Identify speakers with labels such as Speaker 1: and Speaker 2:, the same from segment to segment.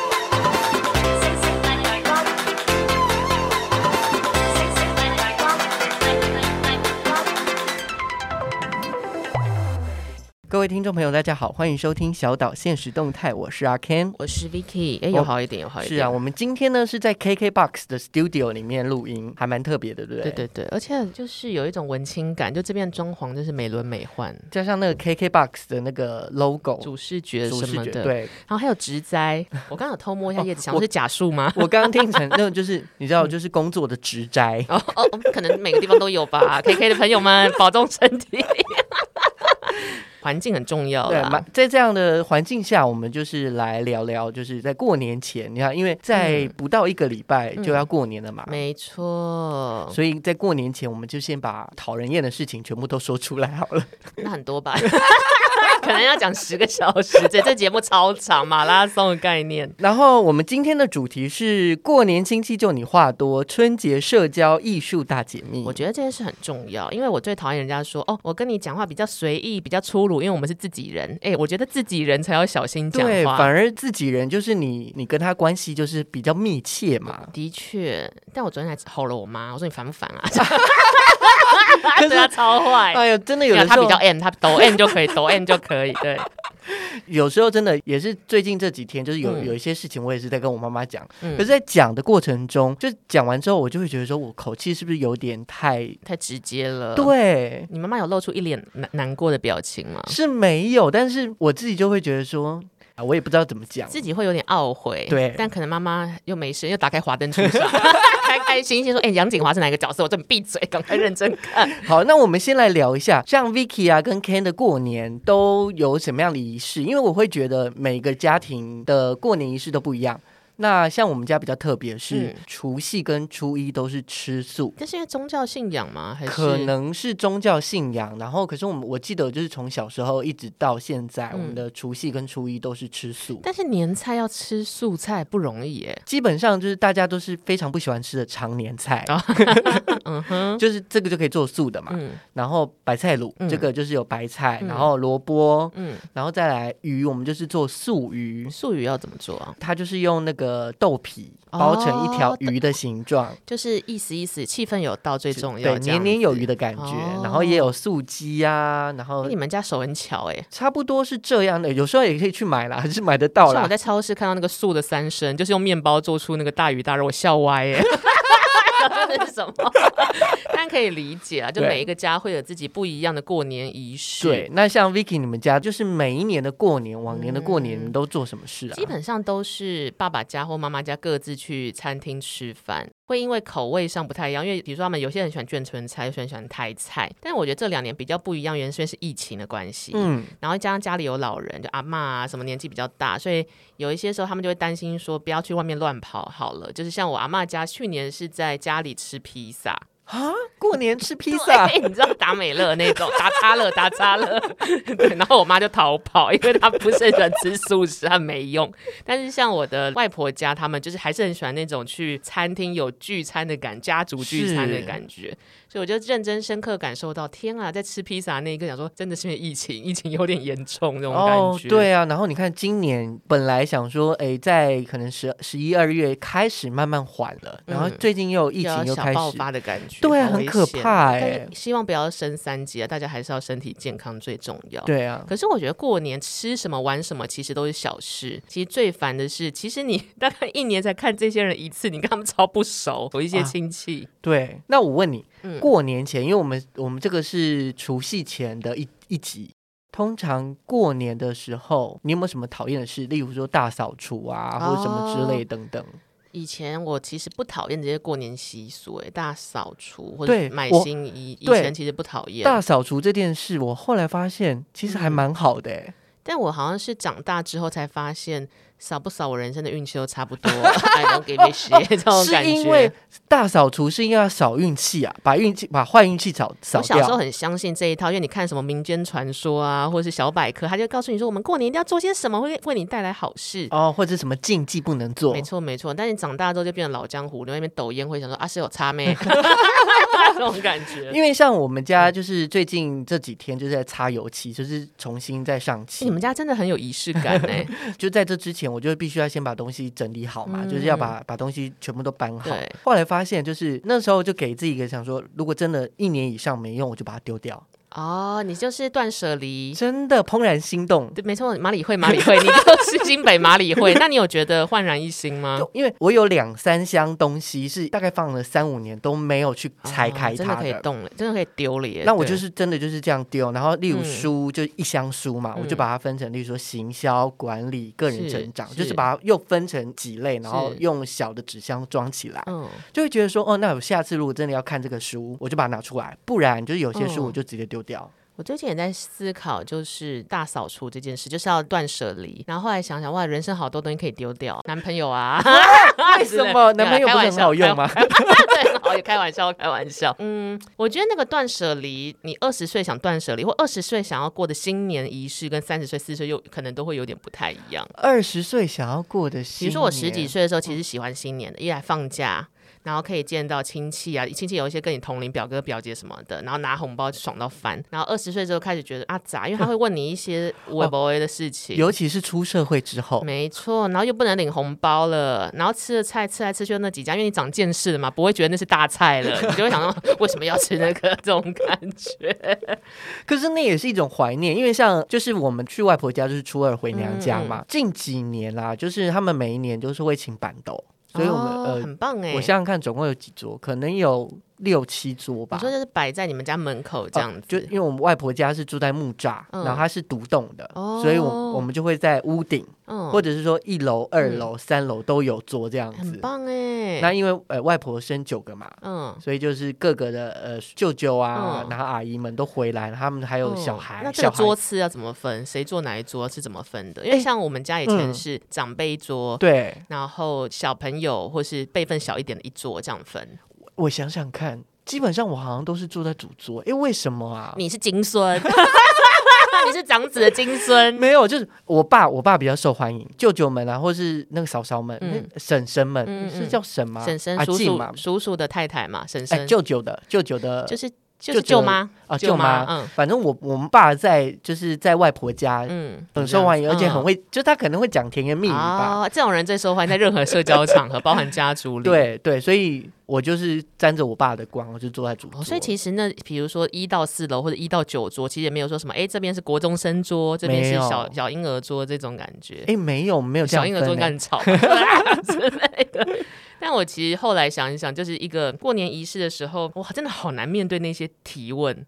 Speaker 1: 星星發亮光，星星發亮光，發發發光。
Speaker 2: 各位听众朋友，大家好，欢迎收听小岛现实动态，我是阿 Ken。
Speaker 3: 我是 Vicky，哎、
Speaker 2: 哦
Speaker 3: 有好一点，有好一
Speaker 2: 是
Speaker 3: 点。
Speaker 2: 啊，我们今天呢是在 KKBOX 的 studio 里面录音，还蛮特别的，对不对？
Speaker 3: 对对对，而且就是有一种文青感，就这边装潢就是美轮美奂，
Speaker 2: 加上那个 KKBOX 的那个 logo，
Speaker 3: 嗯主视觉
Speaker 2: 主
Speaker 3: 什
Speaker 2: 视
Speaker 3: 么
Speaker 2: 觉。
Speaker 3: 的，。
Speaker 2: 对，哦
Speaker 3: 然后还有植栽，我刚刚有偷摸一下叶子，想
Speaker 2: 我？
Speaker 3: 是假树吗
Speaker 2: 我刚刚听成那种就是你知道，
Speaker 3: 嗯
Speaker 2: 就是工作的职摘。
Speaker 3: 哦哦，可能每个地方都有吧。K K 的朋友们，保重身体。 环境很重要
Speaker 2: 对，
Speaker 3: 啦
Speaker 2: 蛮，在这样的环境下，我们就是来聊聊，就是在过年前，你看，因为在不到一个礼拜就要过年了嘛，
Speaker 3: 嗯没错，
Speaker 2: 所以在过年前，我们就先把讨人厌的事情全部都说出来好了。
Speaker 3: 那很多吧，可能要讲十个小时，这这节目超长，马拉松的概念。
Speaker 2: 然后我们今天的主题是过年亲戚就你话多，春节社交艺术大解密。
Speaker 3: 我觉得这件事很重要，因为我最讨厌人家说哦，我跟你讲话比较随意，比较粗鲁，因为我们是自己人。哎，我觉得自己人才要小心讲
Speaker 2: 对，反
Speaker 3: 话。
Speaker 2: 而自己人就是你，你跟他关系就是比较密切嘛。
Speaker 3: 的确，但我昨天还吼了我妈，我说你烦不烦啊？
Speaker 2: 可是
Speaker 3: 对她啊超坏。
Speaker 2: 哎呀，真的有
Speaker 3: 没有
Speaker 2: 的时
Speaker 3: 她
Speaker 2: 候
Speaker 3: 比较 M，她抖 M 就可以，抖 M 就可以。对，
Speaker 2: 有时候真的也是最近这几天，就是有、
Speaker 3: 嗯
Speaker 2: 有一些事情，我也是在跟我妈妈讲。
Speaker 3: 嗯
Speaker 2: 可是，在讲的过程中，就讲完之后，我就会觉得说我口气是不是有点太……
Speaker 3: 太直接了。，
Speaker 2: 对，
Speaker 3: 你妈妈有露出一脸难难过的表情吗？
Speaker 2: 是没有，但是我自己就会觉得说，啊，我也不知道怎么讲。
Speaker 3: 自己会有点懊悔，
Speaker 2: 对
Speaker 3: 但可能妈妈又没事，又打开华灯初 上， 开开心心说：“哎、杨景华是哪一个角色？”我说：“你闭嘴，赶快认 真看。”
Speaker 2: 好，那我们先来聊一下，像 Vicky 啊跟 Ken 的过年都有什么样的仪式？因为我会觉得每个家庭的过年仪式都不一样。那像我们家比较特别是，
Speaker 3: 嗯
Speaker 2: 除夕跟初一都是吃素。
Speaker 3: 这是因为宗教信仰吗？哎还是
Speaker 2: 可能是宗教信仰，然后可是我们我记得就是从小时候一直到现在，我
Speaker 3: 嗯
Speaker 2: 们的除夕跟初一都是吃素，
Speaker 3: 但是年菜要吃素菜不容易耶。
Speaker 2: 基本上就是大家都是非常不喜欢吃的常年菜，
Speaker 3: 哦 嗯哼，
Speaker 2: 就是这个就可以做素的嘛。
Speaker 3: 嗯
Speaker 2: 然后白菜卤、
Speaker 3: 嗯
Speaker 2: 这个就是有白菜，
Speaker 3: 嗯
Speaker 2: 然后萝卜，
Speaker 3: 嗯，
Speaker 2: 然后再来鱼，我们就是做素鱼，
Speaker 3: 素鱼要怎么做啊？
Speaker 2: 它就是用那个豆皮包成一条
Speaker 3: 哦
Speaker 2: 鱼的形状，
Speaker 3: 就是意思意思，气氛有到最重哦要，
Speaker 2: 对，
Speaker 3: 这样
Speaker 2: 年
Speaker 3: 子
Speaker 2: 年有余。的感觉。
Speaker 3: 哦
Speaker 2: 然后也有素鸡啊，然后
Speaker 3: 哎你们家手很巧哎。
Speaker 2: 差不多是这样的，有时候也可以去买啦，还 是买得到
Speaker 3: 像
Speaker 2: 啦
Speaker 3: 我。在超市看到那个素的三生，就是用面包做出那个大鱼大肉，我笑歪 耶！这是什么？ 但可以理解啊，就
Speaker 2: 对
Speaker 3: 每一个家会有自己不一样的过年仪式。
Speaker 2: 对，，那像 Vicky 你们家，就是每一年的过年，往年的过年，
Speaker 3: 嗯
Speaker 2: 你们都做什么事啊？
Speaker 3: 基本上都是爸爸家或妈妈家各自去餐厅吃饭，会因为口味上不太一样，因为比如说他们有些人喜欢眷村菜，有些人喜欢台菜，但我觉得这两年比较不一样，原因是因为是疫情的关系，
Speaker 2: 嗯，
Speaker 3: 然后加上家里有老人，就阿嬷啊什么年纪比较大，所以有一些时候他们就会担心说不要去外面乱跑好了，就是像我阿嬷家去年是在家里吃披萨，
Speaker 2: 啊，过年吃披萨，
Speaker 3: 对， 你知道达美乐那种， 达叉乐，达叉乐。 对，然后我妈就逃跑，因为她不是很喜欢吃素食，她没用。但是像我的外婆家，他们就是还是很喜欢那种去餐厅有聚餐的感，家族聚餐的
Speaker 2: 是
Speaker 3: 感觉。所以我就认真深刻感受到，天啊，在吃披萨那一刻，想说真的是因为疫情，疫情有点严重这种感
Speaker 2: 哦
Speaker 3: 觉。，
Speaker 2: 对啊，然后你看今年本来想说，哎，在可能十十一二月开始慢慢缓了，然后
Speaker 3: 嗯
Speaker 2: 最近又有疫
Speaker 3: 要
Speaker 2: 情又
Speaker 3: 小
Speaker 2: 开
Speaker 3: 爆
Speaker 2: 始，
Speaker 3: 发的感觉，
Speaker 2: 对啊，
Speaker 3: 好
Speaker 2: 很
Speaker 3: 危
Speaker 2: 可
Speaker 3: 险
Speaker 2: 怕
Speaker 3: 但
Speaker 2: 哎
Speaker 3: 是，希望不要升三级啊，大家还是要身体健康最重要。
Speaker 2: 对啊，
Speaker 3: 可是我觉得过年吃什么玩什么其实都是小事，其实最烦的是，其实你 大概一年才看这些人一次，你跟他们超不熟，有一些
Speaker 2: 啊
Speaker 3: 亲戚，
Speaker 2: 对。那我问你，
Speaker 3: 嗯
Speaker 2: 过年前，因为我们我们这个是除夕前的一一集。通常过年的时候，你有没有什么讨厌的事？例如说大扫除啊，或者什么之类等等。
Speaker 3: 以前我其实不讨厌这些过年习俗、哎，大扫除或者
Speaker 2: 对
Speaker 3: 买
Speaker 2: 我
Speaker 3: 新衣，以
Speaker 2: 对
Speaker 3: 前其实不讨厌。嗯
Speaker 2: 大扫除这件事，我后来发现其实还蛮好的、欸。
Speaker 3: 但我好像是长大之后才发现，扫不扫我人生的运气都差不 多，I don't give a shit 这种感
Speaker 2: 是
Speaker 3: 觉。
Speaker 2: 因为大扫除是因为要扫运气啊，把运气把坏运气扫扫
Speaker 3: 我小时候
Speaker 2: 掉。
Speaker 3: 很相信这一套，因为你看什么民间传说啊，或者是小百科，他就告诉你说，我们过年一定要做些什么，会为你带来好事。
Speaker 2: 哦，或者什么禁忌不能做
Speaker 3: 没，错没错，但是长大之后就变成老江湖，你在那边抖烟会想说啊是有差 没？ 这种感觉。
Speaker 2: 因为像我们
Speaker 3: 嗯
Speaker 2: 家就是最近这几天就是在擦油漆，就是重新再上漆。
Speaker 3: 你们家真的很有仪式感哎、
Speaker 2: 就在这之前，我就必须要先把东西整理好嘛，
Speaker 3: 嗯
Speaker 2: 就是要把把东西全部都搬好
Speaker 3: 对。
Speaker 2: 后来发现，就是那时候就给自己一个想说，如果真的一年以上没用，我就把它丢掉。
Speaker 3: 哦，你就是断舍离。
Speaker 2: 真的怦然心动，
Speaker 3: 对，没错，马里会，马里会， 你就是新北马里会。那你有觉得焕然一新吗？哦
Speaker 2: 就因为我有两三箱东西是大概放了三五年都没有去拆
Speaker 3: 哦
Speaker 2: 开
Speaker 3: 真的
Speaker 2: 它
Speaker 3: 可以
Speaker 2: 的。
Speaker 3: 动了，真的可以丢了耶。
Speaker 2: 那我
Speaker 3: 对
Speaker 2: 就是真的就是这样丢，然后例如
Speaker 3: 嗯
Speaker 2: 书、就一箱书嘛，
Speaker 3: 嗯
Speaker 2: 我就把它分成，例如说行销、管理、个人
Speaker 3: 是
Speaker 2: 成长，
Speaker 3: 是
Speaker 2: 就是把它又分成几类，然后
Speaker 3: 是
Speaker 2: 用小的纸箱装起来。
Speaker 3: 嗯，
Speaker 2: 就会觉得说，哦，那我下次如果真的要看这个书，我就把它拿出来，不然就是有些
Speaker 3: 嗯
Speaker 2: 书我就直接丢掉。
Speaker 3: 我最近也在思考，就是大扫除这件事，就是要断舍离。然后后来想想，哇，人生好多东西可以丢掉，男朋友啊，
Speaker 2: 为
Speaker 3: 之类
Speaker 2: 什么
Speaker 3: 没有
Speaker 2: 男
Speaker 3: 啦
Speaker 2: 朋友
Speaker 3: 开
Speaker 2: 不是
Speaker 3: 玩
Speaker 2: 很
Speaker 3: 笑
Speaker 2: 好用吗？
Speaker 3: 对，好，开玩笑，开玩笑。嗯，我觉得那个断舍离，你二十岁想断舍离，或二十岁想要过的新年仪式，跟三十岁、四十岁又可能都会有点不太一样。
Speaker 2: 二十岁想要过的
Speaker 3: 比
Speaker 2: 新年，
Speaker 3: 如说我十几岁的时候，其实喜欢新年的，一来放假。然后可以见到亲戚啊，亲戚有一些跟你同龄表哥表姐什么的，然后拿红包爽到翻。然后二十岁之后开始觉得啊咋，因为他会问你一 些微博的事情，
Speaker 2: 尤其是出社会之后，
Speaker 3: 没错，然后又不能领红包了，然后吃的菜吃来吃去就那几家，因为你长见识了嘛，不会觉得那是大菜 了，你就会想说为什么要吃那个这种感觉。
Speaker 2: 可是那也是一种怀念，因为像就是我们去外婆家就是初二回娘家
Speaker 3: 嗯
Speaker 2: 嘛，近几年啦、就是他们每一年就是会请板豆，所以我们、
Speaker 3: 哦
Speaker 2: 呃，
Speaker 3: 很棒哎，
Speaker 2: 我想想看，总共有几桌，可能有六七桌吧
Speaker 3: 你。说就是摆在你们家门口这样子，
Speaker 2: 哦就因为我们外婆家是住在木栅，
Speaker 3: 嗯
Speaker 2: 然后它是独栋的，
Speaker 3: 哦
Speaker 2: 所以我我们就会在屋顶。
Speaker 3: 嗯，
Speaker 2: 或者是说一楼、二楼、三楼都有桌这样
Speaker 3: 很
Speaker 2: 子。
Speaker 3: 棒哎，
Speaker 2: 那因为呃外婆生九个嘛，
Speaker 3: 嗯。
Speaker 2: 所以就是各个的呃舅舅啊，
Speaker 3: 嗯
Speaker 2: 然后阿姨们都回来了，他们还有小
Speaker 3: 嗯
Speaker 2: 孩，
Speaker 3: 那这
Speaker 2: 小
Speaker 3: 个
Speaker 2: 孩
Speaker 3: 桌次要怎么分？谁坐哪一桌是怎么分的？因为像我们家以前
Speaker 2: 嗯
Speaker 3: 是长辈一桌，
Speaker 2: 对，
Speaker 3: 然后小朋友或是辈分小一点的一桌这样分。
Speaker 2: 我想想看，基本上我好像都是坐在主桌，诶，为什么啊？
Speaker 3: 你是金孙， 你是长子的金孙。
Speaker 2: 没有，就是我爸，我爸比较受欢迎，舅舅们啊，或是那个嫂嫂们、
Speaker 3: 嗯
Speaker 2: 那婶婶们，
Speaker 3: 嗯嗯
Speaker 2: 是叫婶吗？
Speaker 3: 婶婶
Speaker 2: 阿
Speaker 3: 叔
Speaker 2: 静
Speaker 3: 叔、
Speaker 2: 嘛，
Speaker 3: 叔叔的太太嘛，婶
Speaker 2: 哎、
Speaker 3: 婶、
Speaker 2: 舅舅的，舅舅的，
Speaker 3: 就是就
Speaker 2: 舅
Speaker 3: 是舅妈
Speaker 2: 啊，
Speaker 3: 舅
Speaker 2: 舅妈，
Speaker 3: 嗯
Speaker 2: 反正我我们爸在就是在外婆家，
Speaker 3: 嗯，
Speaker 2: 呃很受欢迎，而且很
Speaker 3: 嗯
Speaker 2: 会，就他可能会讲甜言蜜语吧。
Speaker 3: 哦，这种人最受欢迎，在任何社交场合，包含家族里。
Speaker 2: 对对，所以我就是沾着我爸的光，我就坐在主桌。
Speaker 3: 哦。所以其实那，比如说一到四楼或者一到九桌，其实也没有说什么，哎，这边是国中生桌，这边是
Speaker 2: 没有
Speaker 3: 小小婴儿桌这种感觉。
Speaker 2: 哎，没有没有这
Speaker 3: 小
Speaker 2: 样
Speaker 3: 婴儿桌
Speaker 2: 分
Speaker 3: 应该
Speaker 2: 欸，
Speaker 3: 很吵 之类的。但我其实后来想一想，就是一个过年仪式的时候，哇，真的好难面对那些提问。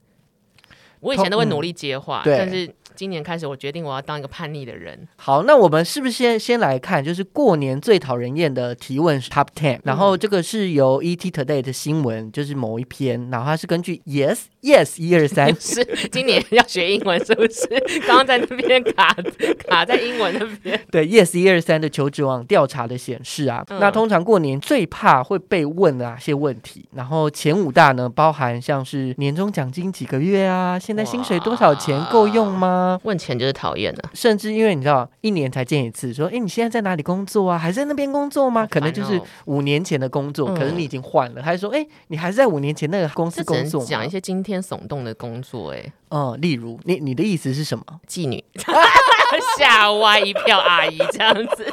Speaker 3: 我以前都会
Speaker 2: 嗯
Speaker 3: 努力接话，
Speaker 2: 对
Speaker 3: 但是今年开始，我决定我要当一个叛逆的 人。。
Speaker 2: 好，那我们是不是先先来看，就是过年最讨人厌的提问 Top Ten？然后这个是由 ET Today 的新闻，就是某一篇，然后它是根据 Yes Yes 一二三
Speaker 3: 是今年要学英文，是不是？刚刚在那边卡卡在英文那边。
Speaker 2: 对 Yes 一二三的求职网调查的显示啊，
Speaker 3: 嗯
Speaker 2: 那通常过年最怕会被问哪些问题？然后前五大呢，包含像是年终奖金几个月啊，现在薪水多少钱
Speaker 3: 哇
Speaker 2: 够用吗？
Speaker 3: 问钱就是讨厌的，
Speaker 2: 甚至因为你知道一年才见一次，说哎你现在在哪里工作啊？还在那边工作吗？
Speaker 3: 好
Speaker 2: 可能
Speaker 3: 烦
Speaker 2: 就是
Speaker 3: 哦
Speaker 2: 五年前的工作，
Speaker 3: 嗯
Speaker 2: 可是你已经换了。他就说哎你还是在五年前那个公
Speaker 3: 这
Speaker 2: 司
Speaker 3: 只
Speaker 2: 工
Speaker 3: 能
Speaker 2: 作吗？
Speaker 3: 讲一些惊天耸动的工作、哎，
Speaker 2: 嗯，例如你你的意思是什么？
Speaker 3: 妓女， 吓歪一票阿姨这样子，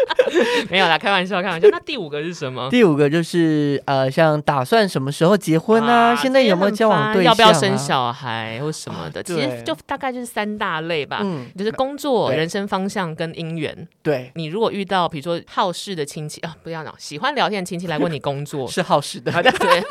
Speaker 3: 没有啦，开玩笑，开玩笑。那第五个是什么？
Speaker 2: 第五个就是呃，像打算什么时候结婚啊？
Speaker 3: 哇
Speaker 2: 现在有没有交往对象、啊？
Speaker 3: 要不要生？小孩或什么的？
Speaker 2: 啊
Speaker 3: 其实
Speaker 2: 对
Speaker 3: 就大概就是三大类吧，
Speaker 2: 嗯，
Speaker 3: 就是工作、
Speaker 2: 对
Speaker 3: 人生方向跟姻缘。
Speaker 2: 对，
Speaker 3: 你如果遇到比如说好事的亲戚啊，不要讲喜欢聊天的亲戚来问你工作。
Speaker 2: 是耗时的。
Speaker 3: 对，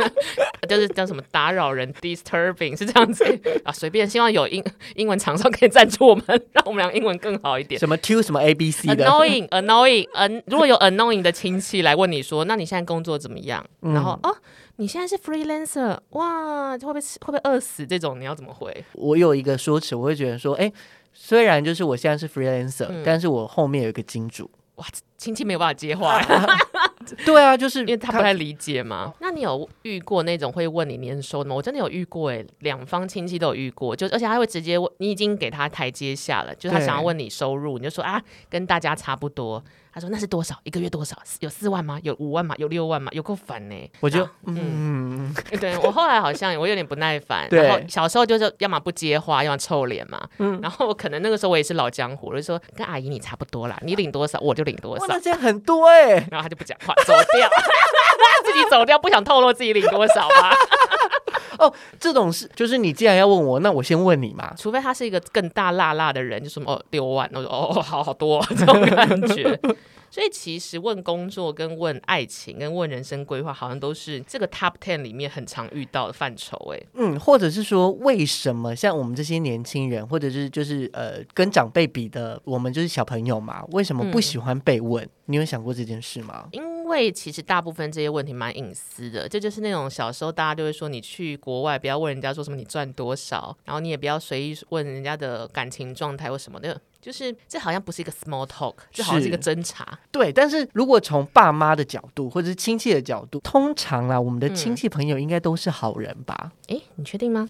Speaker 3: 就是叫什么打扰人 disturbing 是这样子啊，随便，希望有英英文厂商可以赞助我们，让我们俩英文更好一点。
Speaker 2: 什么 Q 什么 A B C 的，
Speaker 3: annoying annoying，嗯，如果有 annoying 的亲戚来问你说，那你现在工作怎么样？然后哦，你现在是 freelancer，哇，会不会吃会不会饿死？这种你要怎么回？
Speaker 2: 我有一个说辞，我会觉得说，哎，虽然就是我现在是 freelancer，、
Speaker 3: 嗯
Speaker 2: 但是我后面有一个金主。
Speaker 3: 哇，亲戚没有办法接话，
Speaker 2: 对啊，就是
Speaker 3: 因为他不太理解嘛。那你有遇过那种会问你年收的吗？我真的有遇过哎、两方亲戚都有遇过，就而且他会直接问你已经给他台阶下了，就是他
Speaker 2: 对
Speaker 3: 想要问你收入，你就说啊跟大家差不多。他说那是多少？一个月多少？有四万吗？有五万吗？有六万吗？有够烦呢、
Speaker 2: 我就、
Speaker 3: 啊
Speaker 2: 嗯，
Speaker 3: 对我后来好像我有点不耐烦，
Speaker 2: 对
Speaker 3: 然后小时候就是要么不接话，要么臭脸嘛。然后我可能那个时候我也是老江湖，我就说跟阿姨你差不多啦，你领多少我就领多
Speaker 2: 哇，
Speaker 3: 少
Speaker 2: 那。这样很多哎、
Speaker 3: 然后他就不讲话，走掉， 自己走掉，不想透露自己领多少吧。
Speaker 2: 这种事就是你既然要问我，那我先问你嘛。
Speaker 3: 除非他是一个更大辣辣的人，就什么哦六万，我说哦哦好好多、这种感觉。所以其实问工作、跟问爱情、跟问人生规划，好像都是这个 top ten 里面很常遇到的范畴。哎，
Speaker 2: 嗯，或者是说，为什么像我们这些年轻人，或者是就是呃，跟长辈比的，我们就是小朋友嘛，为什么不喜欢被问？你有想过这件事吗？
Speaker 3: 因为其实大部分这些问题蛮隐私的，这就是那种小时候大家就会说，你去国外不要问人家说什么你赚多少，然后你也不要随意问人家的感情状态或什么的，就是这好像不是一个 small talk，这好像是一个侦查。
Speaker 2: 对，但是如果从爸妈的角度，或者是亲戚的角度，通常啊啦，我们的亲戚朋友应该都是好人吧？
Speaker 3: 诶，你确定 吗？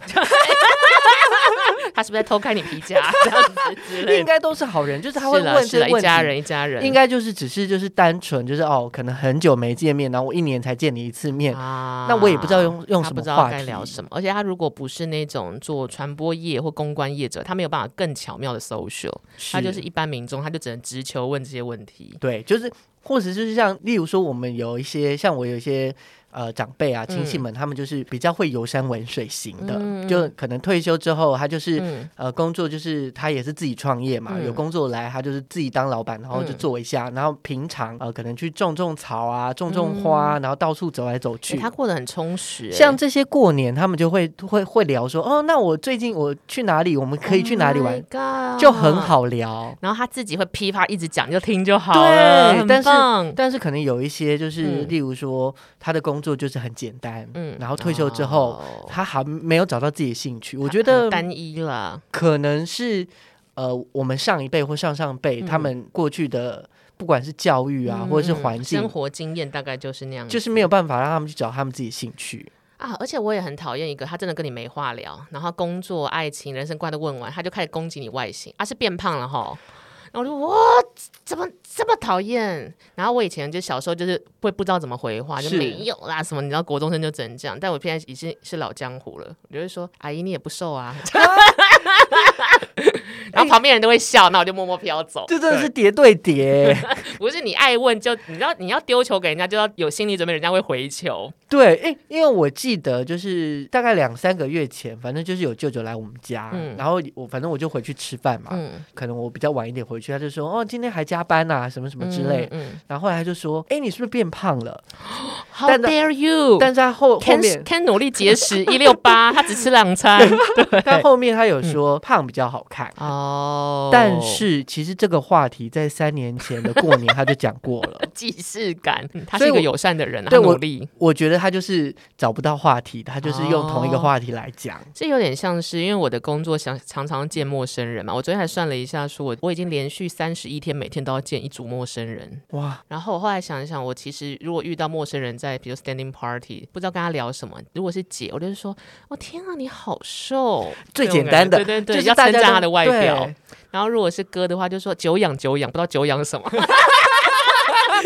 Speaker 3: 他是不是在偷看你皮 夹啊这样子之类
Speaker 2: 应
Speaker 3: 的？
Speaker 2: 该都是好人，就是他会
Speaker 3: 是啦
Speaker 2: 问
Speaker 3: 是
Speaker 2: 这
Speaker 3: 啦
Speaker 2: 个问
Speaker 3: 一
Speaker 2: 题。
Speaker 3: 家人一家人
Speaker 2: 应该就是只是就是单纯就是哦，可能很久没见面，然后我一年才见你一次面，
Speaker 3: 啊
Speaker 2: 那我也不知道用用
Speaker 3: 他
Speaker 2: 什
Speaker 3: 不
Speaker 2: 么
Speaker 3: 知道
Speaker 2: 话
Speaker 3: 该
Speaker 2: 题
Speaker 3: 聊什么，而且他如果不是那种做传播业或公关业者，他没有办法更巧妙的 social，他就是一般民众，他就只能直球问这些问题。
Speaker 2: 对，就是或者就是像例如说，我们有一些像我有一些呃长辈啊亲戚们，他们就是比较会游山玩水型的，就可能退休之后，他就是、
Speaker 3: 嗯
Speaker 2: 呃工作就是他也是自己创业嘛，
Speaker 3: 嗯
Speaker 2: 有工作来他就是自己当老板，然后就
Speaker 3: 嗯
Speaker 2: 做一下，然后平常呃可能去种种草啊，种种花，然后到处走来走去。
Speaker 3: 欸他过得很充实、欸，
Speaker 2: 像这些过年，他们就会会会聊说，哦，那我最近我去哪里，我们可以去哪里玩
Speaker 3: Oh my god
Speaker 2: 就很。好聊。
Speaker 3: 然后他自己会噼啪一直讲，就听就好了，
Speaker 2: 对
Speaker 3: 很，
Speaker 2: 但
Speaker 3: 棒
Speaker 2: 是但是可能有一些就是，
Speaker 3: 嗯
Speaker 2: 例如说他的工作就是很简单，
Speaker 3: 嗯
Speaker 2: 然后退休之后
Speaker 3: 哦
Speaker 2: 他还没有找到自己的兴趣。我
Speaker 3: 他
Speaker 2: 觉得
Speaker 3: 很单一了，
Speaker 2: 可能是呃，我们上一辈或上上辈、他们过去的不管是教育啊，
Speaker 3: 嗯
Speaker 2: 或者是
Speaker 3: 嗯
Speaker 2: 环境
Speaker 3: 生，活经验大概就是那样子，
Speaker 2: 就是没有办法让他们去找他们自己兴趣。
Speaker 3: 啊，而且我也很讨厌一个，他真的跟你没话聊，然后工作、爱情、人生观都问完，他就开始攻击你外形，啊是变胖了哈。然后我就哇，怎么这么讨厌？然后我以前就小时候就是会不知道怎么回话，就是没有啦什么，你知道国中生就只能这样。但我现在已经是老江湖了，我就会说阿姨你也不瘦啊， 然后旁边人都会笑，那我就默默飘走。
Speaker 2: 这真的是叠对叠，
Speaker 3: 不是你爱问就你知道你要丢球给人家，就要有心理准备，人家会回球。
Speaker 2: 对，哎、因为我记得就是大概两三个月前，反正就是有舅舅来我们家，
Speaker 3: 嗯
Speaker 2: 然后我反正我就回去吃饭嘛，
Speaker 3: 嗯，
Speaker 2: 可能我比较晚一点回去，他就说哦，今天还加班啊，什么什么之类。
Speaker 3: 嗯，嗯
Speaker 2: 然后后来他就说，哎，你是不是变胖了？
Speaker 3: How
Speaker 2: 但
Speaker 3: dare you？
Speaker 2: 但是他后后
Speaker 3: can
Speaker 2: 面
Speaker 3: can 努力节食一六八，他只吃两餐
Speaker 2: 他后面他有说胖比较好看，
Speaker 3: 哦
Speaker 2: 但是其实这个话题在三年前的过年他就讲过了。
Speaker 3: 既视感，嗯他
Speaker 2: 所
Speaker 3: 是
Speaker 2: 以
Speaker 3: 一个
Speaker 2: 我
Speaker 3: 友善的人，他
Speaker 2: 对我
Speaker 3: 努力，
Speaker 2: 我觉得他就是找不到话题，他就是用同一个
Speaker 3: 哦
Speaker 2: 话题来讲。
Speaker 3: 这有点像是因为我的工作想常常见陌生人嘛，我昨天还算了一下，说我我已经连续三十一天每天都要见一组陌生人，
Speaker 2: 哇，
Speaker 3: 然后我后来想一想，我其实如果遇到陌生人在比如 standing party，不知道跟他聊什么，如果是姐，我就是说，我、天啊，你好瘦，
Speaker 2: 最
Speaker 3: 这种
Speaker 2: 简单的
Speaker 3: 感觉对对对，
Speaker 2: 就是
Speaker 3: 要
Speaker 2: 大
Speaker 3: 称
Speaker 2: 家
Speaker 3: 赞
Speaker 2: 都
Speaker 3: 他的外
Speaker 2: 对
Speaker 3: 表。然后如果是哥的话，就说久仰久仰，不知道久仰什么。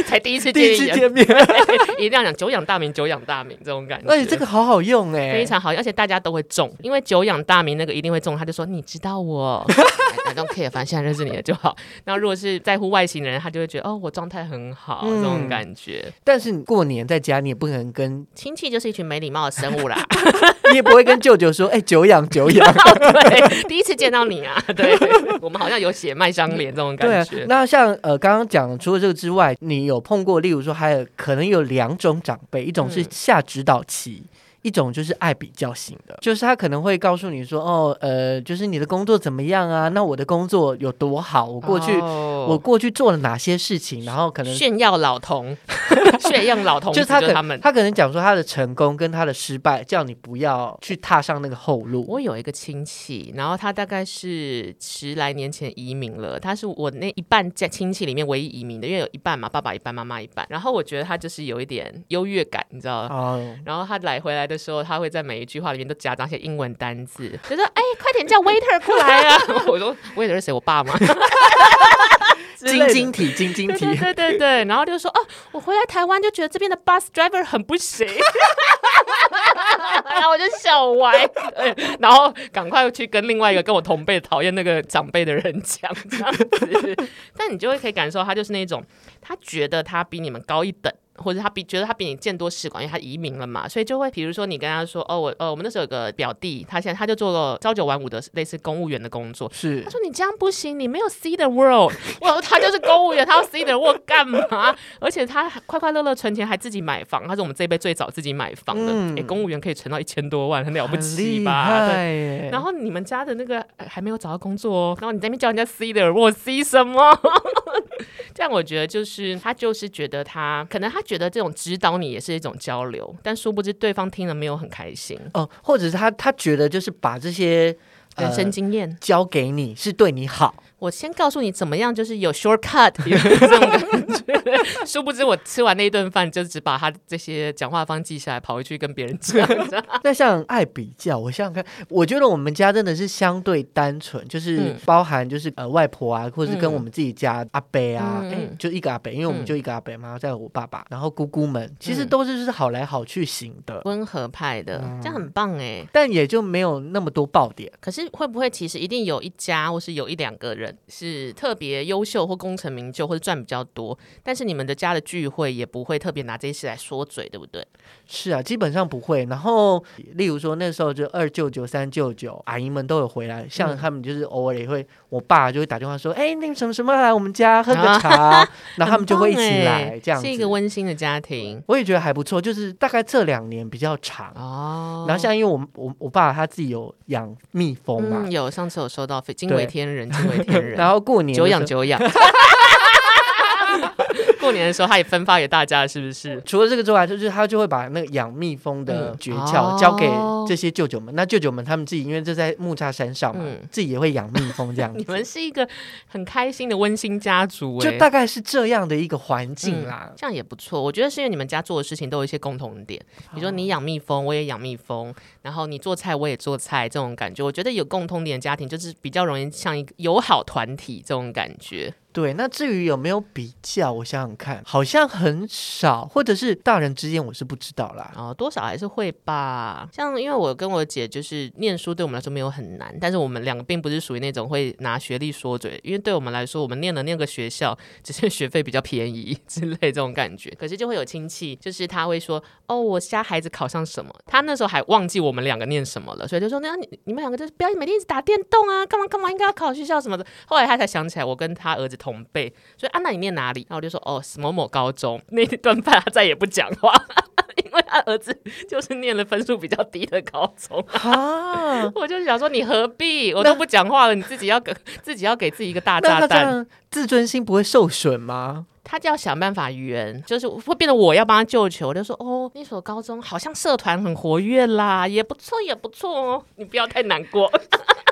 Speaker 3: 才第一次
Speaker 2: 第
Speaker 3: 见
Speaker 2: 一次
Speaker 3: 人，
Speaker 2: 见面，
Speaker 3: 一定要讲久仰大名，久仰大名这种感觉。
Speaker 2: 而且这个好好用哎、
Speaker 3: 非常好，而且大家都会中，因为久仰大名那个一定会中，他就说你知道 我，I don't care，反正现在认识你了就好。那如果是在乎外形的人，他就会觉得哦，我状态很好、这种
Speaker 2: 嗯
Speaker 3: 感觉。
Speaker 2: 但是你过年在家，你也不可能跟，
Speaker 3: 亲戚就是一群没礼貌的生 物啦，
Speaker 2: 你也不会跟舅舅说，哎、久仰久仰。
Speaker 3: 哦对，第一次见到你啊，对我们好像有血脉相连这种
Speaker 2: 对
Speaker 3: 感
Speaker 2: 啊
Speaker 3: 觉，。
Speaker 2: 那像呃刚刚讲，除了这个之外，你有碰过，例如说还有可能有两种长辈，一种是
Speaker 3: 嗯
Speaker 2: 下指导期。一种就是爱比较型的，就是他可能会告诉你说，哦，呃，就是你的工作怎么样啊？那我的工作有多好？我过去、
Speaker 3: 哦
Speaker 2: 我过去做了哪些事情？然后可能
Speaker 3: 炫耀老童，血样老童子
Speaker 2: 就
Speaker 3: 就是
Speaker 2: 他可
Speaker 3: 他们。
Speaker 2: 他可能讲说他的成功跟他的失败，叫你不要去踏上那个后路。
Speaker 3: 我有一个亲戚，然后他大概是十来年前移民了，他是我那一半家亲戚里面唯一移民的，因为有一半嘛，爸爸一半，妈妈一半。然后我觉得他就是有一点优越感，你知道吗？
Speaker 2: 哦，
Speaker 3: 然后他来回来的时候，他会在每一句话里面都夹杂一些英文单字，就说：“哎，快点叫 waiter 过来啊！” 我说：“waiter 是谁？我爸吗？”之类的
Speaker 2: 晶晶体，晶晶
Speaker 3: 对
Speaker 2: 体
Speaker 3: 对，对对对，然后就说：“哦，我回来台湾就觉得这边的 bus driver 很不行。” 然后我就笑歪，对然后赶快去跟另外一个跟我同辈讨厌那个长辈的人讲这样子，但你就会可以感受他就是那种他觉得他比你们高一等，或者他比觉得他比你见多识广，因为他移民了嘛，所以就会比如说你跟他说哦我哦我们那时候有个表弟，他现在他就做了朝九晚五的类似公务员的工作，
Speaker 2: 是
Speaker 3: 他说你这样不行，你没有 see the world。我 说他就是公务员，他要 see the world 干嘛？而且他还快快乐乐存钱，还自己买房。他是我们这一辈最早自己买房的。哎、
Speaker 2: 嗯
Speaker 3: 公务员可以存到一千多万，很了不
Speaker 2: 很
Speaker 3: 起
Speaker 2: 厉
Speaker 3: 吧？对。
Speaker 2: 害耶。
Speaker 3: 然后你们家的那个呃还没有找到工作哦，然后你在那边叫人家 see the world see 什么？ 这样我觉得就是他就是觉得他可能他觉得这种指导你也是一种交流，但殊不知对方听了没有很开心。
Speaker 2: 哦，或者是他他觉得就是把这些呃
Speaker 3: 人生经验、
Speaker 2: 交给你是对 你好，
Speaker 3: 我先告诉你怎么样，就是有 shortcut 有这种感觉。殊不知我吃完那一顿饭，就只把他这些讲话方记下来，跑回去跟别人讲。
Speaker 2: 那像爱比较，我想想看，我觉得我们家真的是相对单纯，就是
Speaker 3: 嗯
Speaker 2: 包含就是呃外婆啊，或者是跟
Speaker 3: 嗯
Speaker 2: 我们自己家阿伯啊，
Speaker 3: 嗯
Speaker 2: 哎、
Speaker 3: 嗯
Speaker 2: 就一个阿伯，因为我们
Speaker 3: 嗯
Speaker 2: 就一个阿伯嘛，在我爸爸，然后姑姑们，其实
Speaker 3: 嗯
Speaker 2: 都是就是好来好去型的，
Speaker 3: 温和派的，
Speaker 2: 嗯
Speaker 3: 这样很棒哎。
Speaker 2: 但也就没有那么多爆点。
Speaker 3: 可是会不会其实一定有一家或是有一两个人是特别优秀或功成名就或者赚比较多，但是你们的家的聚会也不会特别拿这些事来说嘴，对不对？
Speaker 2: 是啊，基本上不会。然后，例如说那时候就二舅舅、三舅舅阿姨们都有回来，像
Speaker 3: 嗯
Speaker 2: 他们就是偶尔也会，我爸就会打电话说：“哎、那个什么什么来我们家喝个
Speaker 3: 啊
Speaker 2: 茶。 然后他们就会一
Speaker 3: 很棒
Speaker 2: 起
Speaker 3: 哎
Speaker 2: 来，这样子。
Speaker 3: 是一个温馨的家庭
Speaker 2: 我也觉得还不错，就是大概这两年比较长。
Speaker 3: 哦。
Speaker 2: 然后像因为我我我爸他自己有养蜜蜂嘛，
Speaker 3: 嗯，有上次有收到非惊
Speaker 2: 对
Speaker 3: 为天人，惊为 天人。
Speaker 2: 然后过年的
Speaker 3: 久
Speaker 2: 时
Speaker 3: 仰
Speaker 2: 候
Speaker 3: 久 仰。过年的时候，他也分发给大家，是不是？
Speaker 2: 除了这个之外，就是他就会把那个养蜜蜂的
Speaker 3: 嗯
Speaker 2: 诀窍
Speaker 3: 哦
Speaker 2: 交给这些舅舅们。那舅舅们他们自己因为这在木栅山上嘛，
Speaker 3: 嗯
Speaker 2: 自己也会养蜜蜂这样
Speaker 3: 你
Speaker 2: 子。
Speaker 3: 们是一个很开心的温馨家族、欸，
Speaker 2: 就大概是这样的一个环境啦
Speaker 3: 嗯，。这样也不错。我觉得是因为你们家做的事情都有一些共同点，比如说你养蜜蜂，我也养蜜蜂，然后你做菜，我也做菜，这种感觉，我觉得有共同点的家庭就是比较容易像一个友好团体这种感觉。
Speaker 2: 对，那至于有没有比较，我想想看，好像很少，或者是大人之间我是不知道啦。
Speaker 3: 哦，多少还是会吧。像因为我跟我姐就是念书，对我们来说没有很难，但是我们两个并不是属于那种会拿学历说嘴，因为对我们来说，我们念的那个学校只是学费比较便宜 之类这种感觉。可是就会有亲戚，就是他会说，哦，我家孩子考上什么，他那时候还忘记我们两个念什么了，所以就说，那你你们两个就是不要每天一直打电动啊，干嘛干嘛，应该要考学校什么的。后来他才想起来，我跟他儿子同辈，所以啊，那你念哪里？然后我就说，哦，某某高中。 那一顿饭他再也不讲话。 因为他儿子就是念了分数比较低的高 中，
Speaker 2: 啊，
Speaker 3: 我就想说你何必？我都不讲话了，你自己要给自己要给自己一个大
Speaker 2: 那
Speaker 3: 炸
Speaker 2: 他这
Speaker 3: 弹。
Speaker 2: 样自尊心不会受 损吗？
Speaker 3: 他就要想办法圆，就是会变得我要帮他救球。我就说哦，那所高中好像社团很活跃啦，也不错，也不错哦。你不要太难 过，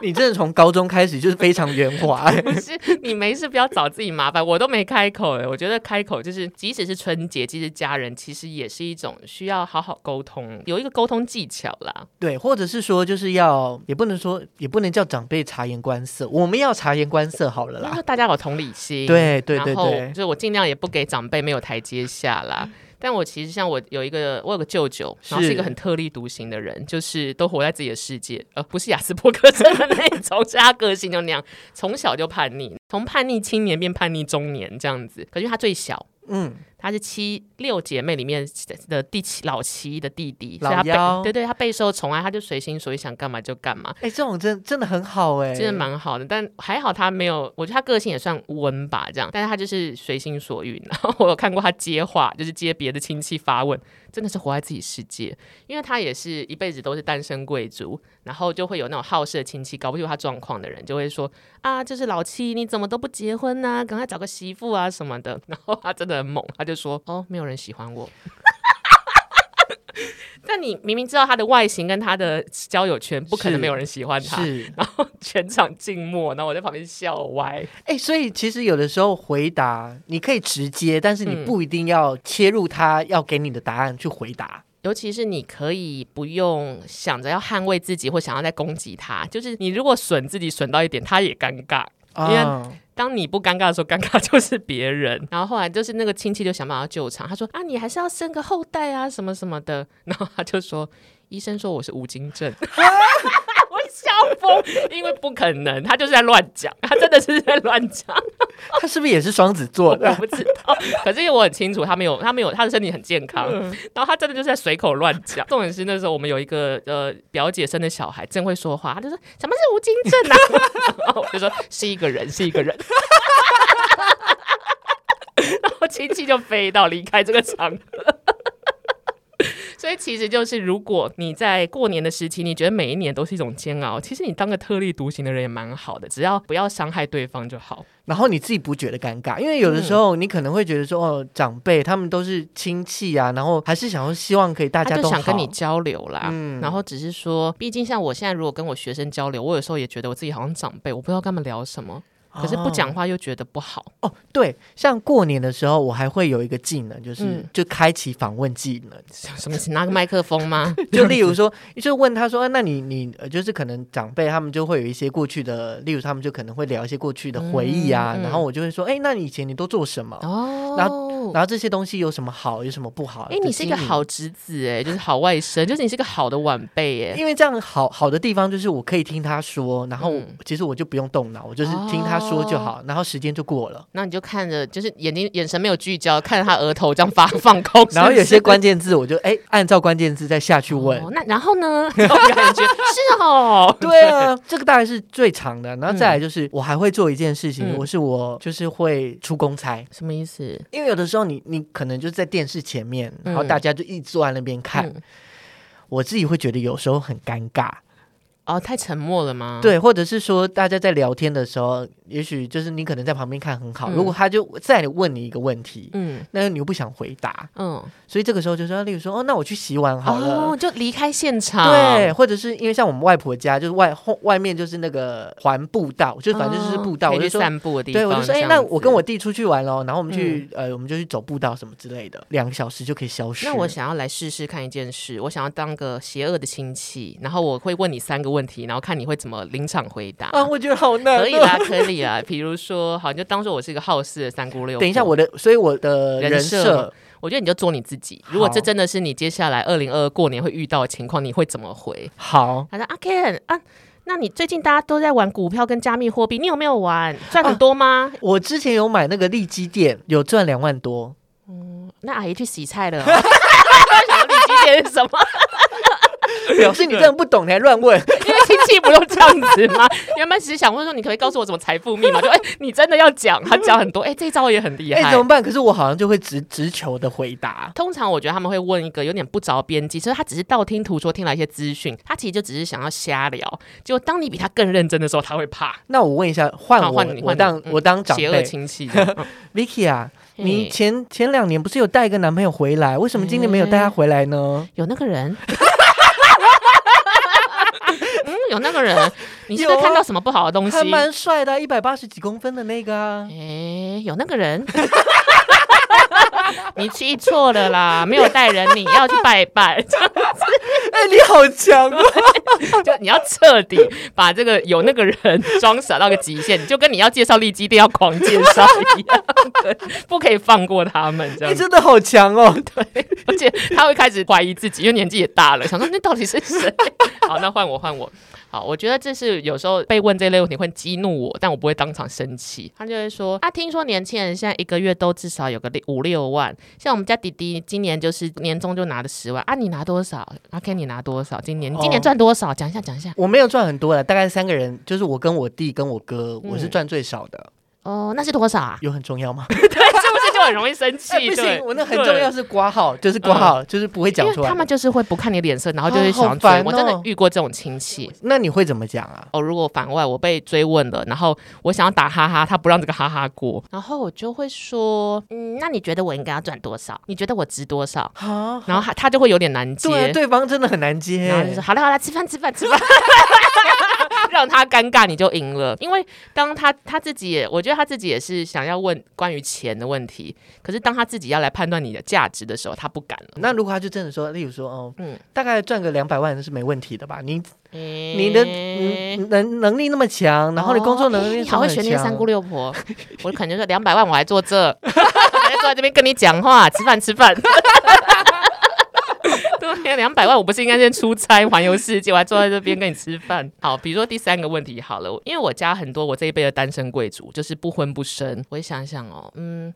Speaker 2: 你真的从高中开始就是非常圆滑、
Speaker 3: 不是你没事不要找自己麻烦。我都没开口哎，我觉得开口就是，即使是春节，即使是家人，其实也是一种需要好好沟通，有一个沟通技巧啦。
Speaker 2: 对，或者是说就是要，也不能说，也不能叫长辈察言观色，我们要察言观色好了
Speaker 3: 然
Speaker 2: 啦
Speaker 3: 后。大家有同理心，
Speaker 2: 对对对
Speaker 3: 然后
Speaker 2: 对
Speaker 3: 就是我尽量也不给长辈没有台阶下啦。但我其实像我有一个，我有个舅舅，然后
Speaker 2: 是
Speaker 3: 是一个很特立独行的人，就是都活在自己的世界，呃，不是雅斯伯格症的那一种， 是他个性就那样，从小就叛逆，从叛逆青年变叛逆中年这样子。可是因为他最小，
Speaker 2: 嗯，
Speaker 3: 他是七六姐妹里面的第七老七的弟弟，
Speaker 2: 老
Speaker 3: 所以他备
Speaker 2: 幺
Speaker 3: 对对，他备受宠爱，他就随心所欲，想干嘛就干嘛。
Speaker 2: 哎、这种真真的很好哎、
Speaker 3: 真的蛮好的，但还好他没有，我觉得他个性也算温吧，这样，但是他就是随心所欲。然后我有看过他接话，就是接别的亲戚发问，真的是活在自己世界，因为他也是一辈子都是单身贵族，然后就会有那种好事的亲戚搞不清楚他状况的人，就会说啊，就是老七你怎么都不结婚呐、赶快找个媳妇啊什么的。然后他真的很猛，他就就说：“哦，没有人喜欢我。”但你明明知道他的外形跟他的交友圈不可能
Speaker 2: 是
Speaker 3: 没有人喜欢他，
Speaker 2: 是，
Speaker 3: 然后 全场静默，然后我在旁边笑歪。
Speaker 2: 哎、所以其实有的时候回答你可以直接，但是你
Speaker 3: 嗯
Speaker 2: 不一定要切入他要给你的答案去回答。
Speaker 3: 尤其是你可以不用想着要捍卫自己或想要再攻击他，就是你如果损自己损到一点，他也尴尬。因为
Speaker 2: 啊
Speaker 3: 当你不尴尬的时候，尴尬 就是别人。然后后来就是那个亲戚就想办法救场，他说啊，你还是要生个后代啊，什么什么的。然后他就说，医生说我是无精症。 我笑疯，因为不可能，他就是在乱讲，他真的是在乱讲，
Speaker 2: 他是不是也是双子座
Speaker 3: 我
Speaker 2: 的？
Speaker 3: 不知道。 嗯可是因为我很清楚，他没有，他没有，他的身体很健康， 然后他真的就是在随口乱讲。重点是那时候我们有一个呃表姐生的小孩，真会说话，他就说什么是无精症啊？ 然后我就说是一个人，是一个人。 然后亲戚就飞到离开这个场合。所以其实就是，如果你在过年的时期，你觉得每一年都是一种煎熬，其实你当个特立独行的人也蛮好的，只要不要伤害对方就好。
Speaker 2: 然后你自己不觉得尴尬，因为有的
Speaker 3: 嗯
Speaker 2: 时候你可能会觉得说，哦，长辈他们都是亲戚啊，然后还是想要希望可以大
Speaker 3: 他
Speaker 2: 家都
Speaker 3: 就
Speaker 2: 好
Speaker 3: 想跟你交流啦。
Speaker 2: 嗯
Speaker 3: 然后只是说，毕竟像我现在如果跟我学生交流，我有时候也觉得我自己好像长辈，我不知道跟他们聊什么，可是不讲话又觉得不好。
Speaker 2: 哦。对，像过年的时候，我还会有一个技能，就是、
Speaker 3: 嗯
Speaker 2: 就开启访问技能，
Speaker 3: 什么意思？拿个麦克风吗？
Speaker 2: 就例如说，就问他说，啊、那你你呃就是可能长辈他们就会有一些过去的，例如他们就可能会聊一些过去的回忆啊，
Speaker 3: 嗯嗯
Speaker 2: 然后我就会说，哎、那你以前你都做什么？
Speaker 3: 哦。
Speaker 2: 然后这些东西有什么好，有什么不好？
Speaker 3: 哎、你是一个
Speaker 2: 的经营
Speaker 3: 好侄子哎、就是好外甥，就是你是个好的晚辈哎、
Speaker 2: 因为这样好好的地方就是我可以听他说，然后我
Speaker 3: 嗯哦
Speaker 2: 其实我就不用动脑，我就是听他说就好，然后时间就过了。
Speaker 3: 那你就看着，就是眼睛眼神没有聚焦，看着他额头这样发 放空，
Speaker 2: 然后有
Speaker 3: 是不
Speaker 2: 些
Speaker 3: 是
Speaker 2: 关键字我就哎按照关键字再下去问。
Speaker 3: 哦那然后呢？ 这种感觉是哦，
Speaker 2: 对啊，这个大概是最长的。然后再来就是我还会做一件事情，
Speaker 3: 嗯
Speaker 2: 我是我就是会出公差，
Speaker 3: 什么意思？
Speaker 2: 因为有的时候你你可能就在电视前面，然后
Speaker 3: 嗯
Speaker 2: 大家就一直坐在那边看，
Speaker 3: 嗯
Speaker 2: 我自己会觉得有时候很尴尬。
Speaker 3: 哦，太沉默了吗？
Speaker 2: 对，或者是说大家在聊天的时候，也许就是你可能在旁边看很好，
Speaker 3: 嗯
Speaker 2: 如果他就再问你一个问题，
Speaker 3: 嗯
Speaker 2: 那你又不想回答，
Speaker 3: 嗯，
Speaker 2: 所以这个时候就说，例如说，哦，那我去洗碗好了。
Speaker 3: 哦，就离开现场。
Speaker 2: 对，，或者是因为像我们外婆家，就是外后外面就是那个环步道，就反正就是步道，
Speaker 3: 哦可以
Speaker 2: 我就
Speaker 3: 去
Speaker 2: 说，
Speaker 3: 散步的地方。
Speaker 2: 对我就说，哎、
Speaker 3: 这样
Speaker 2: 那
Speaker 3: 子嗯
Speaker 2: 我跟我，弟出去玩喽，然后我们去、呃，我们就去走步道什么之类的，两个小时就可以消失。
Speaker 3: 那我想要来试试看一件事，我想要当个邪恶的亲戚，然后我会问你三个问题，然后看你会怎么临场回答。
Speaker 2: 啊，我觉得好难、哦。
Speaker 3: 可以 啦，可以啦。比如说，好，你就当做我是一个好事的三姑六婆。
Speaker 2: 等一下，我的，所以我的
Speaker 3: 人
Speaker 2: 人
Speaker 3: 设
Speaker 2: 设
Speaker 3: 我觉得你就做你自己。如果
Speaker 2: 好
Speaker 3: 这真的是你接下来二零二二过年会遇到的情况，你会怎么回？
Speaker 2: 好，
Speaker 3: 他说：“阿 Ken 啊，那你最近大家都在玩股票跟加密货币，你有没有玩？赚很多吗？
Speaker 2: 我之前有买那个利基店，有赚两万 多。
Speaker 3: 那阿姨去洗菜了哦、想要利基点是什么？
Speaker 2: 表示你真的不懂，你还乱问。
Speaker 3: 因为亲戚不都这样子吗？原本只是想问说，你可不可以告诉我怎么财富密码？就 哎、你真的要讲，他讲很多，哎、这一招也很厉
Speaker 2: 哎、
Speaker 3: 害。
Speaker 2: 怎么办？可是我好像就会直直球的回答。
Speaker 3: 通常我觉得他们会问一个有点不着边际，所以他只是道听途说听来一些资讯，他其实就只是想要瞎聊。结果当你比他更认真的时候，他会怕。
Speaker 2: 那我问一下，换
Speaker 3: 好
Speaker 2: 我
Speaker 3: 换你，
Speaker 2: 我
Speaker 3: 换你
Speaker 2: 当
Speaker 3: 嗯
Speaker 2: 我当长
Speaker 3: 邪恶
Speaker 2: 辈
Speaker 3: 亲戚这 样，嗯
Speaker 2: Vicky 啊，
Speaker 3: 嘿
Speaker 2: 你前前两年不是有带一个男朋友回来，为什么今年没有带
Speaker 3: 嗯
Speaker 2: 他回来呢？
Speaker 3: 有那个 人。嗯，有那个人，你是不是
Speaker 2: 有啊
Speaker 3: 看到什么不好的东西？
Speaker 2: 还蛮帅的啊，一百八十几公分的那个啊。
Speaker 3: 哎，有那个人， 你记错了啦，没有带人，你要去拜拜， 就
Speaker 2: 哎、你好强哦！
Speaker 3: 就你要彻底把这个有那个人装傻到个极限，你就跟你要介绍利基店要狂介绍一样，对不可以放过他们这
Speaker 2: 你、
Speaker 3: 样子。
Speaker 2: 真的好强哦！
Speaker 3: 而且他会开始怀疑自己，因为年纪也大了，想说那到底是 谁？好，那换我，换我。好，我觉得这是有时候被问这类问题会激怒我，但我不会当场生气。他就会说：“啊，听说年轻人现在一个月都至少有个六五六万，像我们家弟弟今年就是年终就拿了十万啊，你拿多少？阿 Ken 你拿多少？今年你今年
Speaker 2: 哦
Speaker 3: 赚多少？讲一下，讲一下。
Speaker 2: 我没有赚很多了，大概三个人，就是我跟我弟跟我哥，我是
Speaker 3: 嗯
Speaker 2: 赚最少的，
Speaker 3: 哦，那是多少啊？
Speaker 2: 有很重要吗？
Speaker 3: 对，是不是就很很容易生气
Speaker 2: 哎，不
Speaker 3: 对嗯
Speaker 2: 行，我那很重要。是挂号，就是挂号，就是不会
Speaker 3: 对
Speaker 2: 讲
Speaker 3: 因
Speaker 2: 出
Speaker 3: 为
Speaker 2: 来。
Speaker 3: 他们就是会不看你脸色，然后就
Speaker 2: 啊
Speaker 3: 会
Speaker 2: 好
Speaker 3: 想要追。
Speaker 2: 烦
Speaker 3: 我真的
Speaker 2: 哦
Speaker 3: 遇过这种亲戚
Speaker 2: 那你会怎么讲啊？
Speaker 3: 哦。如果反外我被追问了，然后我想要打哈哈，他不让这个哈哈过，然后我就会说，嗯，那你觉得我应该要赚多少？你觉得我值多少？
Speaker 2: 啊，
Speaker 3: 然后他他就会有点难接，
Speaker 2: 对，对方真的很难
Speaker 3: 然后就
Speaker 2: 接
Speaker 3: 说，好了好了，吃饭吃饭 吃饭。让他尴尬，你就赢了。因为当他他自己也，我觉得他自己也是想要问关于钱的问题。可是当他自己要来判断你的价值的时候，他不敢了。
Speaker 2: 那如果他就真的说，例如说，哦，
Speaker 3: 嗯
Speaker 2: 大概赚个两百万是没问题的吧？你你
Speaker 3: 你
Speaker 2: 的嗯能能力那么强，然后你工作能力
Speaker 3: 哦你好会学
Speaker 2: 学
Speaker 3: 那些三姑六 婆，我可能说两百万我还坐这， 还坐在这边跟你讲话，吃饭吃饭。 对，两百万我不是应该先出差环游世界，我还坐在这边跟你吃饭。好，比如说第三个问题好了，因为我家很多我这一辈的单身贵族，就是不婚不生。我一想想哦，嗯。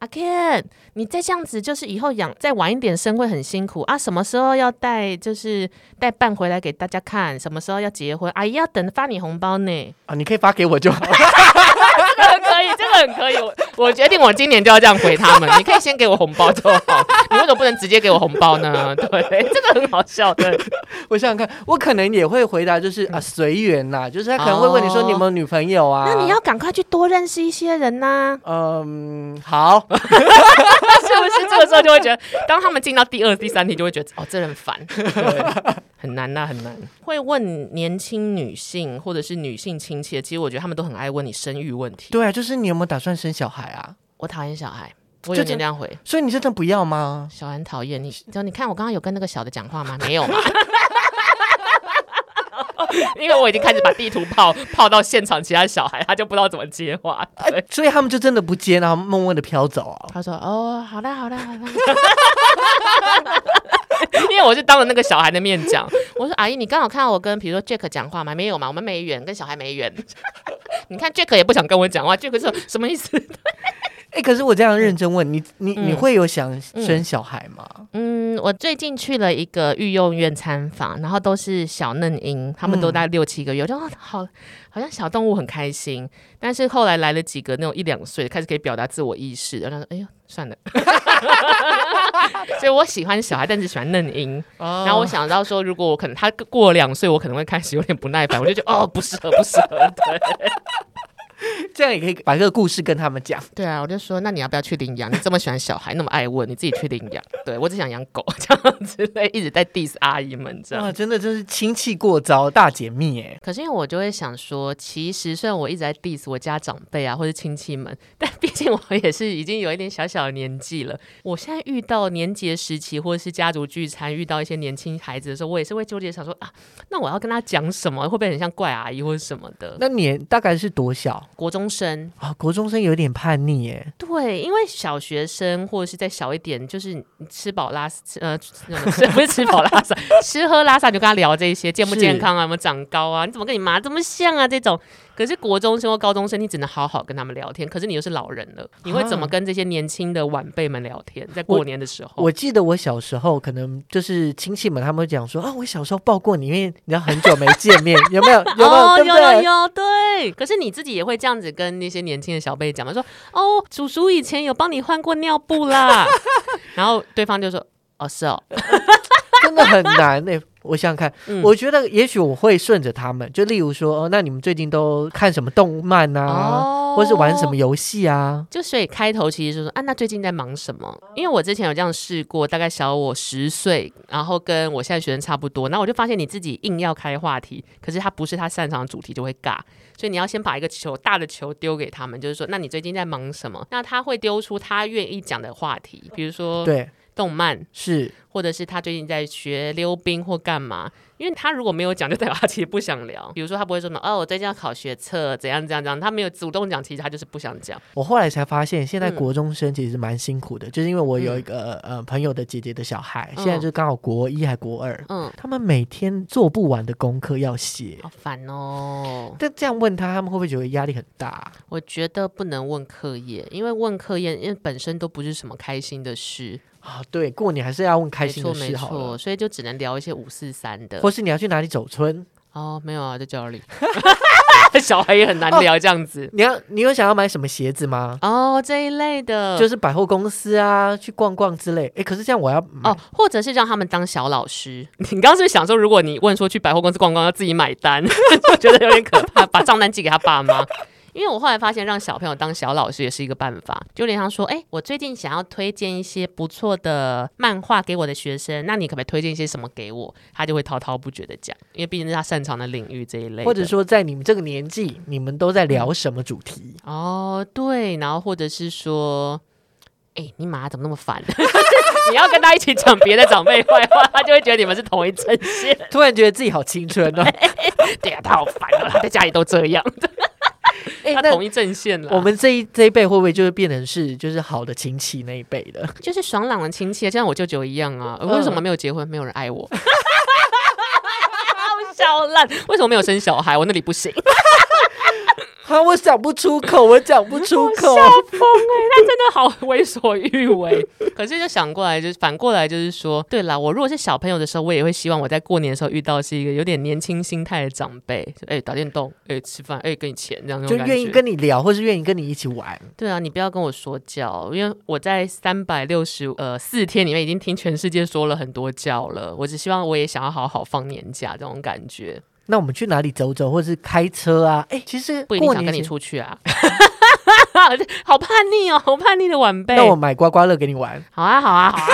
Speaker 3: 阿 Ken，你再这样子，就是以后养再晚一点生会很辛苦啊！什么时候要带，就是带伴回来给大家看？什么时候要结婚？阿姨要等发你红包呢。
Speaker 2: 啊，你可以发给 我就好。
Speaker 3: 这个很可以，这个很可以。我我决定我今年就要这样回他们。你可以先给我红包就好，你为什么不能直接给我红包呢？对，这个很好笑的。
Speaker 2: 我想想看，我可能也会回答就是啊随缘呐，就是他可能会问你说
Speaker 3: 嗯哦
Speaker 2: 你有没有女朋友啊？
Speaker 4: 那你要赶快去多认识一些人呐、
Speaker 2: 嗯好，
Speaker 3: 是不是这个时候就会觉得，当他们进到第二、第三题，就会觉得哦，这人烦，对很难呐、啊很难。会问年轻女性或者是女性亲切，其实我觉得他们都很爱问你生育问题。
Speaker 2: 对啊，就是你有没有打算生小孩啊？
Speaker 3: 我讨厌小孩，我有
Speaker 2: 就这
Speaker 3: 点这样回。
Speaker 2: 所以你真的不要吗？
Speaker 3: 小兰讨厌你，就你看我刚刚有跟那个小的讲话吗？没有嘛。 因为我已经开始把地图炮炮到现场，其他小孩他就不知道怎么接话。
Speaker 2: 哎、所以他们就真的不接，然后默默的飘走啊。
Speaker 3: 他说：“哦，好啦，好啦，好啦。” 因为我是当着那个小孩的面讲，我说：“阿姨，你刚好看到我跟比如说 Jack 讲话吗？没有嘛，我们没缘，跟小孩没缘。 你看 Jack 也不想跟我讲话，Jack 说什么意思？
Speaker 2: 哎、可是我这样认真问你，你你
Speaker 3: 嗯
Speaker 2: 会有想生小孩吗？
Speaker 3: 嗯，我最近去了一个育幼院参访，然后都是小嫩婴，他们都
Speaker 2: 嗯
Speaker 3: 大概六七个月，我就哦好，好像小动物很开心。但是后来来了几个那种一两岁开始可以表达自我意识的，然后他说：“哎呦，算了。” 所以我喜欢小孩，但是喜欢嫩婴。
Speaker 2: 哦
Speaker 3: 然后我想到说，如果我可能他过了两岁，我可能会开始有点不耐烦，我就觉得哦，不适合，不适合。 对
Speaker 2: 哦这样也可以把这个故事跟他们讲。
Speaker 3: 对啊，我就说，那你要不要去领养？你这么喜欢小孩，那么爱问，你自己去领养。对我只想养狗 这样之类，一直在 diss 阿姨们这样。
Speaker 2: 哇，真的真是亲戚过招大解密哎、
Speaker 3: 可是因为我就会想说，其实虽然我一直在 diss 我家长辈啊，或者亲戚们，但毕竟我也是已经有一点小小的年纪了。我现在遇到年节时期或者是家族聚餐，遇到一些年轻孩子的时候，我也是会纠结想说啊，那我要跟他讲什么，会不会很像怪阿姨或者什么的？
Speaker 2: 那你大概是多小
Speaker 3: 国中生
Speaker 2: 啊？国中生有点叛逆哎、
Speaker 3: 对，因为小学生或者是再小一点，就是你吃饱拉撒吃呃，吃那种吃 不是吃饱拉撒，吃喝拉撒，你就跟他聊这些健不健
Speaker 2: 是
Speaker 3: 康啊，有没有长高啊，你怎么跟你妈这么像啊这种。可是国中生或高中生，你只能好好跟他们聊天。可是你又是老人了，你会怎么
Speaker 2: 啊
Speaker 3: 跟这些年轻的晚辈们聊天？在
Speaker 2: 我
Speaker 3: 过年的时候，
Speaker 2: 我记得我小时候，可能就是亲戚们他们会讲说啊，我小时候抱过你，因为你知道很久没见面，有没有？有没有？
Speaker 3: 哦，
Speaker 2: 对
Speaker 3: 有
Speaker 2: 不对？
Speaker 3: 有有，对。可是你自己也会这样子跟那些年轻的小辈讲嘛，说哦，叔叔以前有帮你换过尿布啦， 然后对方就说哦是哦，
Speaker 2: 真的很难呢、欸我想想看，
Speaker 3: 嗯
Speaker 2: 我觉得也许我会顺着他们，就例如说，哦，那你们最近都看什么动漫啊，
Speaker 3: 哦
Speaker 2: 或是玩什么游戏啊？
Speaker 3: 就所以开头其实就说啊，那最近在忙什么？因为我之前有这样试过，大概小我十岁，然后跟我现在学生差不多，然后我就发现你自己硬要开话题，可是他不是他擅长的主题就会尬，所以你要先把一个球大的球丢给他们，就是说，那你最近在忙什么？那他会丢出他愿意讲的话题，比如说
Speaker 2: 对，
Speaker 3: 动漫，
Speaker 2: 是
Speaker 3: 或者是他最近在学溜冰或干嘛。因为他如果没有讲，就代表他其实不想聊。比如说他不会说什么哦，我最近要考学测，怎样怎样怎样，他没有主动讲，其实他就是不想讲。
Speaker 2: 我后来才发现，现在
Speaker 3: 嗯
Speaker 2: 国中生其实蛮辛苦的，就是因为我有一个、呃朋友的姐姐的小孩，现在
Speaker 3: 嗯
Speaker 2: 就刚好国一还国二，
Speaker 3: 嗯，
Speaker 2: 他们每天做不完的功课要写。
Speaker 3: 好烦哦！
Speaker 2: 但这样问他，他们会不会觉得压力很大啊？
Speaker 3: 我觉得不能问课业，因为问课业，因为本身都不是什么开心的事，
Speaker 2: 啊对，过年还是要问开心的
Speaker 3: 没
Speaker 2: 事
Speaker 3: 错
Speaker 2: 好
Speaker 3: 没
Speaker 2: 了
Speaker 3: 错，，所以就只能聊一些五四三的
Speaker 2: 或是你要去哪里走村？
Speaker 3: 哦，没有啊，在家里。 小孩也很难聊这样子
Speaker 2: 你要你有想要买什么鞋子吗？
Speaker 3: 哦，这一类的，
Speaker 2: 就是是百货公司啊，去逛逛之类。哎，可是这样我要买
Speaker 3: 哦，或者是让他们当小老师。 你刚刚是不是想说，如果你问说去百货公司逛逛要自己买单， 我觉得有点可怕，把账单寄给他爸妈。因为我后来发现，让小朋友当小老师也是一个办法。就连他说：“哎、我最近想要推荐一些不错的漫画给我的学生，那你可不可以推荐一些什么给我？”他就会滔滔不绝的讲，因为毕竟是他擅长的领域这一嗯类的。
Speaker 2: 或者说在你们这个年纪，你们都在聊什么主题？
Speaker 3: 哦，对，然后或者是说，哎、你妈怎么那么烦？ 你要跟他一起讲别的长辈坏话，他就会觉得你们是同一阵线。
Speaker 2: 突然觉得自己好青春 哦。
Speaker 3: 对呀、他好烦哦， 他在家里都这样，
Speaker 2: 哎，
Speaker 3: 他
Speaker 2: 那
Speaker 3: 同一阵线了。
Speaker 2: 我们这一这一辈会不会就是变成是就是好的亲戚那一辈的？
Speaker 3: 就是爽朗的亲戚，就像我舅舅一样
Speaker 2: 嗯
Speaker 3: 啊。呃为什么没有结婚？没有人爱我。好笑烂，为什么没有生小孩？我那里不 行，真
Speaker 2: 啊，我讲不出口，我讲不出 口。
Speaker 3: 的欸 好为所欲为。可是就想过来，就是反过来，就是说，对啦，我如果是小朋友的时候，我也会希望我在过年的时候遇到是一个有点年轻心态的长辈，就哎、打电动，哎、吃饭，哎、给你钱这样那
Speaker 2: 就
Speaker 3: 种感觉，
Speaker 2: 愿意跟你聊，或是愿意跟你一起玩。
Speaker 3: 对啊，你不要跟我说教，因为我在三百六十呃四天里面已经听全世界说了很多教了。我只希望我也想要好好放年假这种感觉，
Speaker 2: 那我们去哪里走走，或是开车啊？哎、其实
Speaker 3: 不一定
Speaker 2: 过
Speaker 3: 想
Speaker 2: 年
Speaker 3: 跟你
Speaker 2: 前，
Speaker 3: 出去啊。 好叛逆哦，好叛逆的晚辈。
Speaker 2: 那我买刮刮乐给你玩。
Speaker 3: 好啊，好啊，好啊，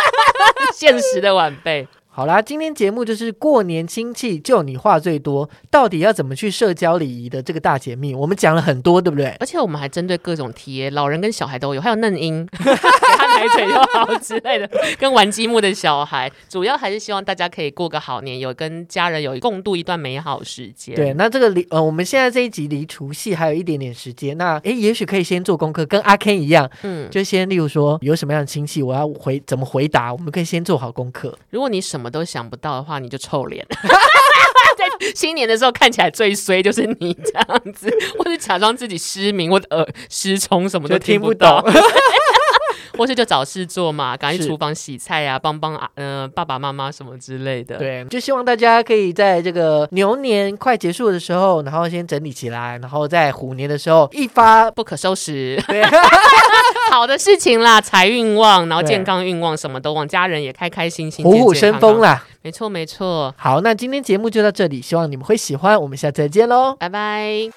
Speaker 3: 现实的晚辈。
Speaker 2: 好啦，今天节目就是过年亲戚就你话最多，到底要怎么去社交礼仪的这个大解密，我们讲了很多，对不对？
Speaker 3: 而且我们还针对各种题耶，老人跟小孩都有，还有嫩婴， 给他奶嘴就好之类的，跟玩积木的小孩，主要还是希望大家可以过个好年，有跟家人有共度一段美好时间。
Speaker 2: 对，那这个离呃，我们现在这一集离除夕还有一点点时间，那诶，也许可以先做功课，跟阿 Ken 一样，
Speaker 3: 嗯，
Speaker 2: 就先例如说有什么样的亲戚，我要回怎么回答，我们可以先做好功课。
Speaker 3: 如果你什么都想不到的话，你就臭脸。 在新年的时候看起来最衰就是你这样子，或是假装自己失明，或者耳失聪，什么都
Speaker 2: 就听
Speaker 3: 不
Speaker 2: 不懂
Speaker 3: 到， 或是就找事做嘛，赶去
Speaker 2: 是
Speaker 3: 厨房洗菜啊，帮帮啊，呃，爸爸妈妈什么之类的。，
Speaker 2: 对，就希望大家可以在这个牛年快结束的时候，然后先整理起来，然后在虎年的时候一发
Speaker 3: 不可收拾。
Speaker 2: 对。
Speaker 3: 好的事情啦，财运旺，然后
Speaker 2: 对
Speaker 3: 健康运旺，什么都旺，家人也开开心心，
Speaker 2: 虎虎
Speaker 3: 健健
Speaker 2: 生
Speaker 3: 康
Speaker 2: 风
Speaker 3: 康。
Speaker 2: 啦。
Speaker 3: 没错，没错，
Speaker 2: 好，那今天节目就到这里，希望你们会喜欢，我们下次再见喽。
Speaker 3: 拜拜。